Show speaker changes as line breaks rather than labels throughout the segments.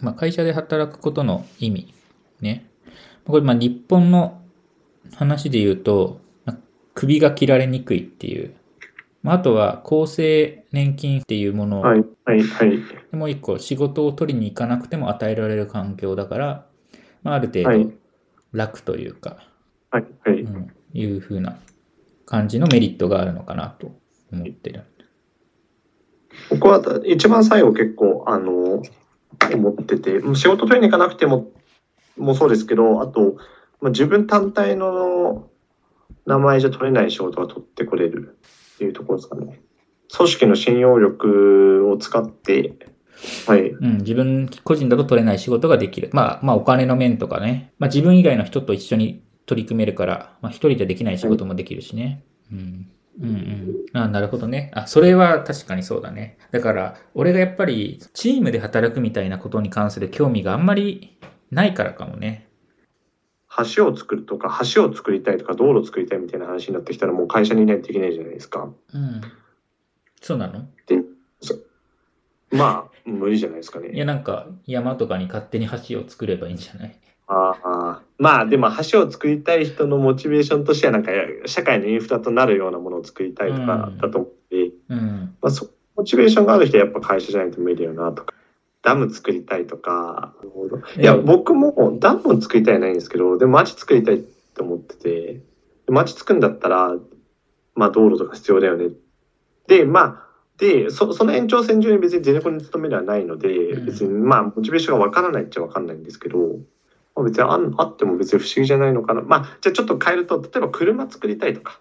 まあ、会社で働くことの意味。ね。これ、まあ、日本の話で言うと、まあ首が切られにくいっていう。まあ、あとは、厚生年金っていうものを、
はい、はい、はい。
でもう一個、仕事を取りに行かなくても与えられる環境だから、まあ、ある程
はい
度楽というか、
はい、はい。
うん、いうふうな感じのメリットがあるのかなと思ってる。
僕は一番最後結構、あの、思ってて、もう仕事取りに行かなくても、もそうですけど、あと、まあ、自分単体の名前じゃ取れない仕事は取ってこれるっていうところですかね。組織の信用力を使って、はい、
うん、自分個人だと取れない仕事ができる。まあ、まあ、お金の面とかね。まあ、自分以外の人と一緒に取り組めるから、まあ、一人じゃできない仕事もできるしね。うん。うんうん。あ、なるほどね。あ、それは確かにそうだね。だから、俺がやっぱり、チームで働くみたいなことに関する興味があんまりないからかもね。
橋を作るとか、橋を作りたいとか、道路作りたいみたいな話になってきたら、もう会社にいないとできないじゃないですか。
うん。そうなの
まあ、無理じゃないですかね。
いや、なんか、山とかに勝手に橋を作ればいいんじゃない
ああまあでも橋を作りたい人のモチベーションとしてはなんか社会のインフラとなるようなものを作りたいとか
うん
だと思って、
うん。
まあ、そモチベーションがある人はやっぱ会社じゃないと無理だよなとかダム作りたいとかなるほどいや
うん
僕もダムを作りたいはないんですけどでも街作りたいって思ってて街作るんだったらまあ道路とか必要だよねでまあでそその延長線上に別にゼネコンに勤めではないので、
ん
別にまあモチベーションがわからないっちゃわかんないんですけど、まあ、別にあんあっても別に不思議じゃないのかなまあじゃあちょっと変えると例えば車作りたいとか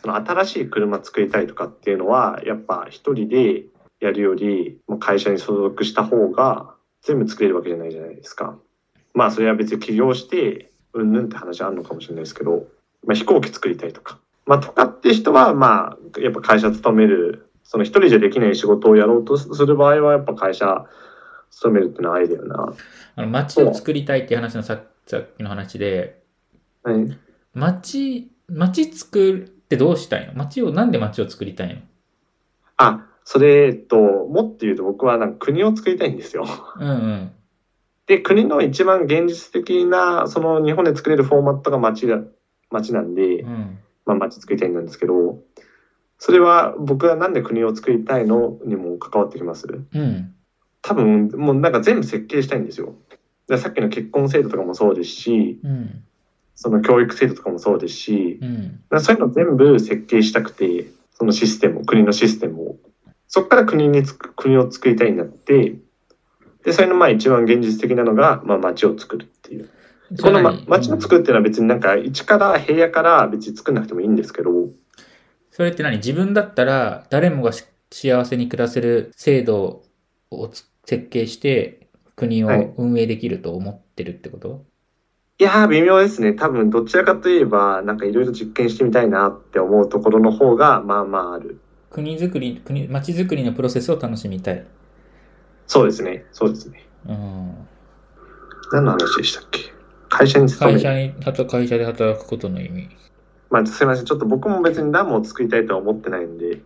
その新しい車作りたいとかっていうのはやっぱ一人でやるよりまあ会社に所属した方が全部作れるわけじゃないじゃないですか。まあそれは別に起業してうんぬんって話あるのかもしれないですけど、まあ、飛行機作りたいとか、まあ、とかって人はまあやっぱ会社勤めるその一人じゃできない仕事をやろうとする場合はやっぱ会社勤めるってのはありだよな。
あの、街を作りたいっていう話のささっきの話で、
はい、
街、街作るってどうしたいの街を、なんで街を作りたい
あそれえっともっと言うと僕はなんか国を作りたいんですよ。
のうんうん。
で国の一番現実的なその日本で作れるフォーマットが町だ町なんで
う、ん。
まあ、町作りたいんですけどそれは僕はなんで国を作りたいのにも関わってきます
うん。
多分もうなんか全部設計したいんですよでさっきの結婚制度とかもそうですし
うん。
その教育制度とかもそうですし
うん。
だからそういうの全部設計したくてそのシステムを国のシステムをそこから国につく国を作りたいになってでそれのまあ一番現実的なのが、まあ、町を作るっていうこの、ま、町を作
る。
るっていうのは別になんか一から平野から別に作んなくてもいいんですけど
それって何自分だったら、誰もがし幸せに暮らせる制度をつ設計して、国
はい
を運営できると思ってるってこと、
いやー微妙ですね多分どちらかといえばなんかいろいろ実験してみたいなって思うところの方がまあまあある
国づくり、国、街づくりのプロセスを楽しみたい。
そうですねそうですね
うん。
何の話でしたっけ会社に勤め
会
る
社に、あと会社で働くことの意味。
まあすいませんちょっと僕も別にダムを作りたいとは思ってないんで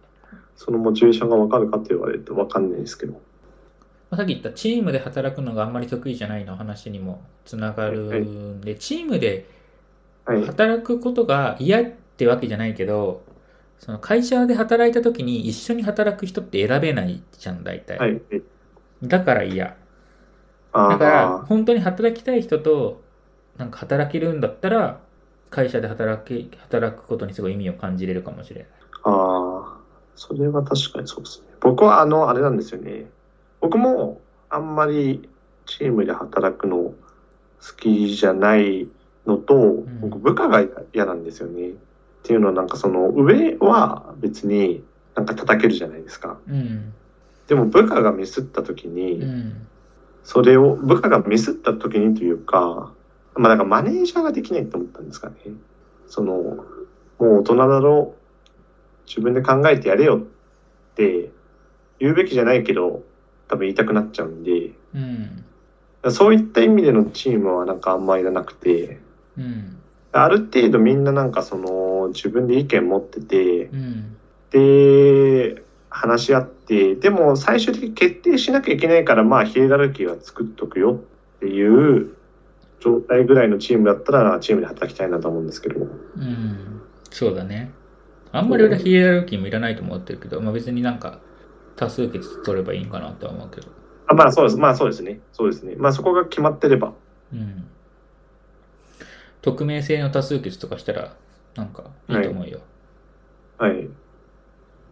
そのモチベーションがわかるかと言われるとわかんないですけど
まあさっき言ったチームで働くのがあんまり得意じゃないの話にもつながるんで、チームで
はい
働くことが嫌ってわけじゃないけど、その会社で働いた時に一緒に働く人って選べないじゃん、大体。
はい
だから嫌。だから
ああ
本当に働きたい人となんか働けるんだったら、会社で働き働くことにすごい意味を感じれるかもしれない。
ああ、それは確かにそうですね。僕はあの、あれなんですよね。僕もあんまりチームで働くの好きじゃないのと、
ん
僕部下が嫌なんですよね。っていうのはなんかその上は別になんか叩けるじゃないですか。
うん。
でも部下がミスった時
う
に、
ん。
それを、部下がミスった時にというか、まあなんかマネージャーができないと思ったんですかね。その、もう大人だろう、自分で考えてやれよって言うべきじゃないけど、多分言いたくなっちゃうんで、
うん。
そういった意味でのチームはなんかあんまりいらなくて、
うん。
ある程度みんななんかその自分で意見持ってて、
うん。
で、話し合って、でも最終的に決定しなきゃいけないから、まあ、ヒエラルキーは作っとくよっていう状態ぐらいのチームだったら、チームで働きたいなと思うんですけど。
うん、そうだね。あんまり俺はヒエラルキーもいらないと思ってるけど、まあ別になんか多数決取ればいいんかなとは思うけど。
あまあ、そうです。まあ、そうですね。そうですね。まあ、そこが決まってれば。
うん。匿名性の多数決とかしたら、なんかいいと思うよ。
はい。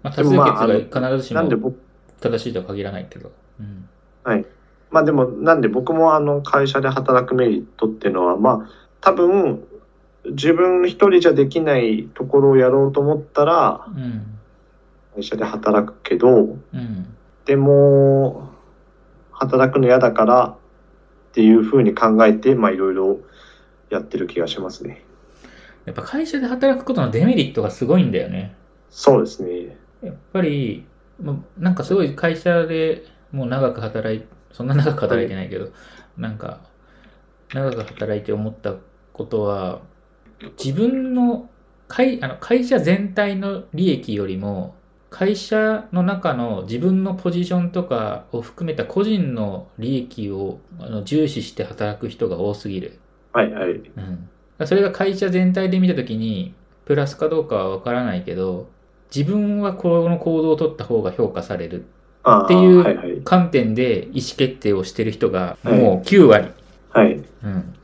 まあ
で
多数
も
決
まあ
が必ずし
なんで
も
僕、
正しいとは限らないけど。うん。
まあでも、なんで僕もあの会社で働くメリットっていうのは、まあ多分、自分一人じゃできないところをやろうと思ったら、
うん。
会社で働くけど、
うん。
でも、働くの嫌だからっていうふうに考えて、まあいろいろやってる気がしますね。
やっぱ会社で働くことのデメリットがすごいんだよね。
そうですね。
やっぱり、まあなんかすごい会社でもう長く働い、そんな長く働いてないけど、なんか、長く働いて思ったことは、自分の会あの会社全体の利益よりも、会社の中の自分のポジションとかを含めた個人の利益をあの重視して働く人が多すぎる。
はいはい。
うん、それが会社全体で見たときにプラスかどうかは分からないけど自分はこの行動を取った方が評価される
あー
っていう
はいはい。
観点で意思決定をしてる人が
はい
もう9割、
はい。
うん、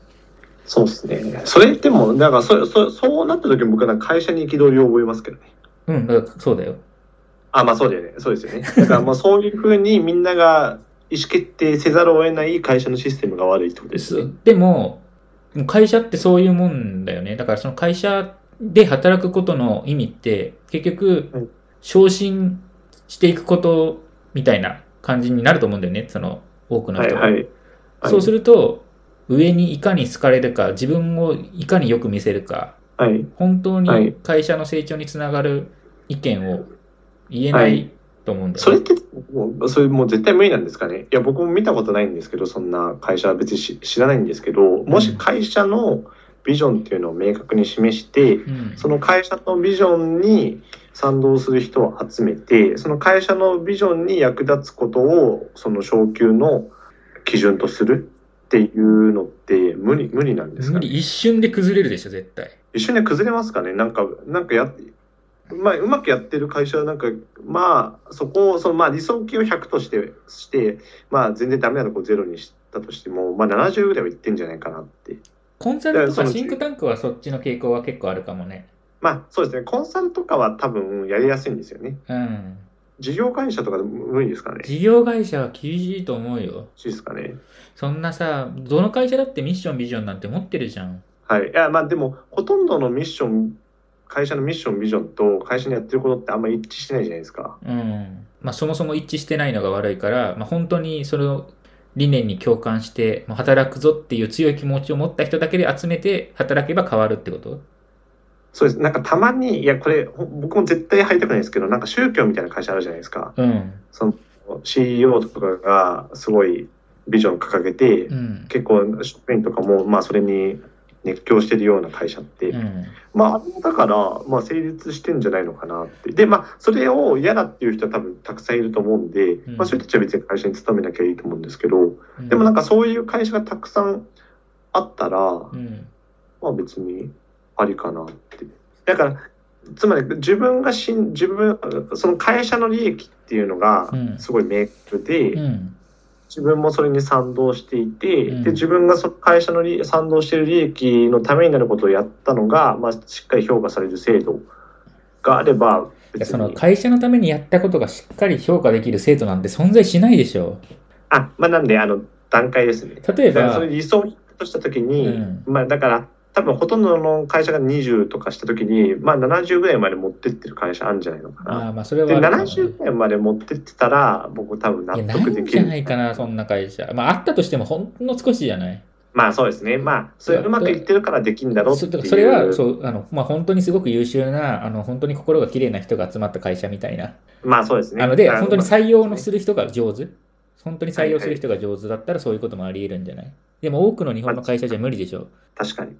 そうですね。それでも、だからそ、そそうなった時僕はなんか会社に憤りを覚えますけどね。
うん、だからそうだよ
あ、まあそうだよね。そうですよね。だからまあそういうふうにみんなが意思決定せざるを得ない会社のシステムが悪いってことですね。
でももう会社ってそういうもんだよねだからその会社で働くことの意味って結
はい
局昇進していくことみたいな感じになると思うんだよねその多くの
はい
人が
はい。はい
そうすると、上にいかに好かれるか、自分をいかによく見せるか、
はい。
本当
はい
に会社の成長につながる意見を言えな
はい
いと思うんだ
そ
よね。
れって、もうそれもう絶対無理なんですかね。いや、僕も見たことないんですけど、そんな会社は別にし知らないんですけど、もし会社のビジョンっていうのを明確に示して、
うん
その会社のビジョンに賛同する人を集めて、その会社のビジョンに役立つことを、その昇給の基準とするっていうのって無理、無理なんですか
無
ね。
理一瞬で崩れるでしょ、絶対。
一緒に崩れますかねなんか、なんかや、まあ、うまくやってる会社はなんか、まあ、そこを、そのまあ理想級を100として、して、まあ全然ダメなとこをゼロにしたとしても、まあ70ぐらいはいってんじゃないかなって。
コンサルと
いやそ
か
の
シンクタンクはそっちの傾向は結構あるかもね。
まあそうですね、コンサルとかは多分やりやすいんですよね。
うん。
事業会社とかでも無理ですかね
事業会社は厳しいと思うよ。
いいですかね
そんなさ、どの会社だってミッション、ビジョンなんて持ってるじゃん。
はい。いや、まあでも、ほとんどのミッション、会社のミッション、ビジョンと会社のやってることってあんまり一致してないじゃないですか。
うんまあ、そもそも一致してないのが悪いから、まあ、本当にその理念に共感して、まあ、働くぞっていう強い気持ちを持った人だけで集めて働けば変わるってこと
そうです。なんかたまに、いや、これ、ほ僕も絶対入りたくないですけど、なんか宗教みたいな会社あるじゃないですか。
うん。
その CEO とかがすごいビジョン掲げて、
うん。
結構職員とかも、まあそれに熱狂してるような会社って、
うん。
まああれもだから、まあ成立してんじゃないのかなって。で、まあそれを嫌だっていう人は多分たくさんいると思うんで、
ん
まあそういう人たちは別に会社に勤めなきゃいいと思うんですけど、
うん
でもなんかそういう会社がたくさんあったら、
うん。
まあ別にありかなって。だから、つまり自分がしん、自分、その会社の利益っていうのが
うん
すごい明確で、
うん。
自分もそれに賛同していて、
うん
で自分がその会社の利賛同している利益のためになることをやったのが、まあ、しっかり評価される制度があれば
いや
別
その
に
会社のためにやったことがしっかり評価できる生徒なんて存在しないでしょ。
あまあなんであの段階ですね
例え
だから
ば
それ、理想とした時に、
うん
まあだから多分ほとんどの会社が20とかした時に、まあ、70ぐらいまで持ってってる会社あるんじゃないのか
あ
な
あ、まあそれは
で
あるかもね
70ぐらいまで持ってってたら僕多分納
いや、な
得
い
で
ん
き
じゃ
る
ないかな、そんな会社。まああったとしてもほんの少しじゃない
まあそうですねまあそれうまくいってるからできるんだろうって
そ
いう
それはそうあの、まあ、本当にすごく優秀なあの本当に心が綺麗な人が集まった会社みたいな、
まあそうですね。
なので
だから
本当に
まあ
採用のする人が上手本当に採用する人が上手だったらそういうこともあり得るんじゃないでも多くの日本の会社じゃ無理でしょ
確かに。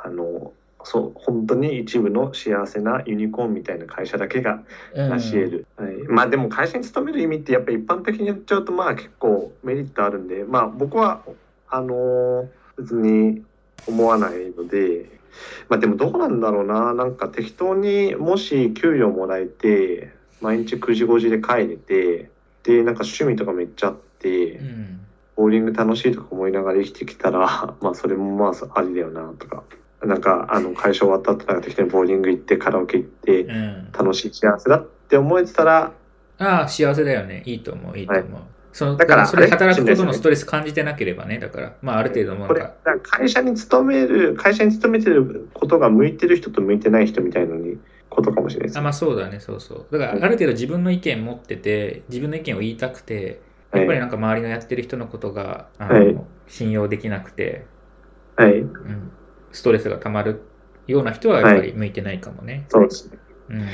あの、そう本当に一部の幸せなユニコーンみたいな会社だけが
うん
成し得る、はい、まあでも会社に勤める意味ってやっぱり一般的にやっちゃうとまあ結構メリットあるんでまあ僕はあのー別に思わないのでまあでもどうなんだろうななんか適当にもし給与もらえて毎日9時5時で帰れてでなんか趣味とかめっちゃあって
うん
ボーリング楽しいとか思いながら生きてきたら まあそれもまあありだよなとかなんかあの会社終わった後なんか適当にボーリング行ってカラオケ行って
うん
楽しい幸せだって思えてたら
ああ、幸せだよね。いいと思う、いいと思う。そのだ
だ
か
から
ら、それで
あれ
働くことの
信じないですね
ストレス感じてなければね、だから、まあ、ある程度もなん
これ
か、
だから会社に勤める会社に勤めてることが向いてる人と向いてない人みたいのにことかもしれないです
あ、まあそうだね、そうそう。だから、あ
うん
る程度自分の意見持ってて、自分の意見を言いたくて、やっぱりなんか周りのやってる人のことが、あの
はい
信用できなくて、
はい、はい、
うん、ストレスが溜まるような人はやっぱり向いてないかもね。
そうですね
うん、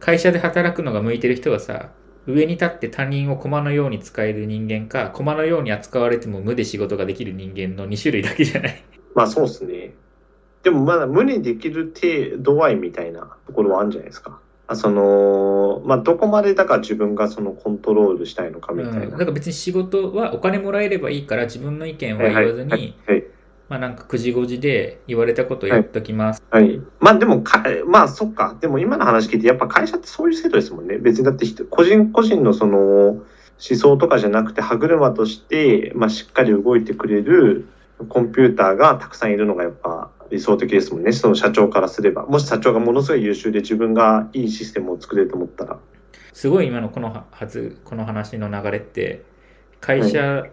会社で働くのが向いてる人はさ上に立って他人を駒のように使える人間か駒のように扱われても無で仕事ができる人間の2種類だけじゃない
まあそうですねでもまだ無にできる程度合いみたいなところはあるんじゃないですかあそのまあどこまでだから自分がそのコントロールしたいのか
う
みたいな、
んだから別に仕事はお金もらえればいいから自分の意見は
は
言
いはい
わずに
はい
まあなんか9時5時で言われたことやっときます、
はい。まあでもか、まあそっか。でも今の話聞いて、やっぱ会社ってそういう制度ですもんね。別にだって人個人個人のその思想とかじゃなくて歯車として、まあしっかり動いてくれるコンピューターがたくさんいるのがやっぱ理想的ですもんね。その社長からすれば。もし社長がものすごい優秀で自分がいいシステムを作れると思ったら。
すごい今のこのははずこの話の流れって会社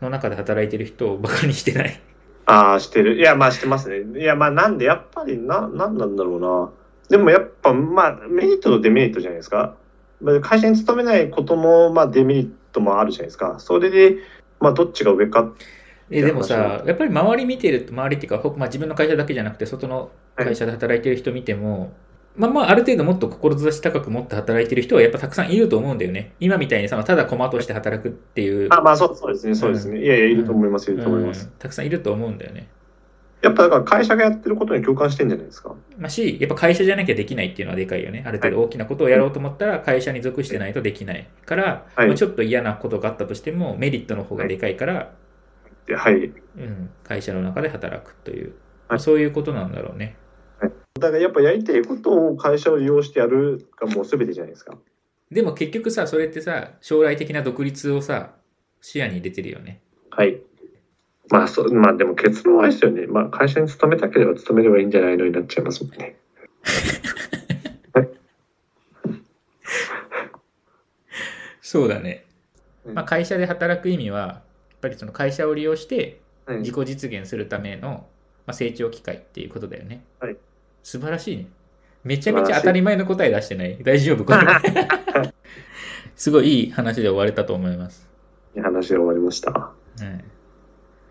の中で働いてる人をバカにしてない
ああ、してる。いや、まあしてますね。いや、まあなんで、やっぱりな、なんなんだろうな。でもやっぱ、まあ、メリットとデメリットじゃないですか。まあ会社に勤めないことの、まあ、デメリットもあるじゃないですか。それで、まあ、どっちが上か。
えでも
やっ
さ やっぱり周り見てると周りっていうか、ほまあ、自分の会社だけじゃなくて外の会社で働いてる人見ても、まあまあある程度もっと志高く持って働いてる人はやっぱたくさんいると思うんだよね今みたいにさただ駒として働くっていう、
あ、まあ、そう、そうですね、そうですね。いやいや、いると思います、いると思います。
うんたくさんいると思うんだよね、
やっぱ、だから会社がやってることに共感してんじゃないですか。
まあ、しやっぱ会社じゃなきゃできないっていうのはでかいよねある程度大きなことをやろうと思ったら会社に属してないとできないから、
はい
まあ、ちょっと嫌なことがあったとしてもメリットの方がでかいから、
ではい。
うん、会社の中で働くという、ま
は
あ
い
そういうことなんだろうね
だから、やっぱやりたいことを会社を利用してやるがもう全てじゃないですか。
でも結局さ、それってさ、将来的な独立をさ、視野に入れてるよね。
はい。まあ、そう、まあ、でも結論はあれですよね。まあ、会社に勤めたければ勤めればいいんじゃないのになっちゃいますもんね。
そうだね。
うん
まあ、会社で働く意味は、やっぱりその会社を利用して
はい
自己実現するための、まあ、成長機会っていうことだよね。
はい
素晴らしいね。めちゃめちゃ当たり前の答え出してない。大丈夫これ。 すごいいい話で終われたと思います。
いい話が終わりました。
はい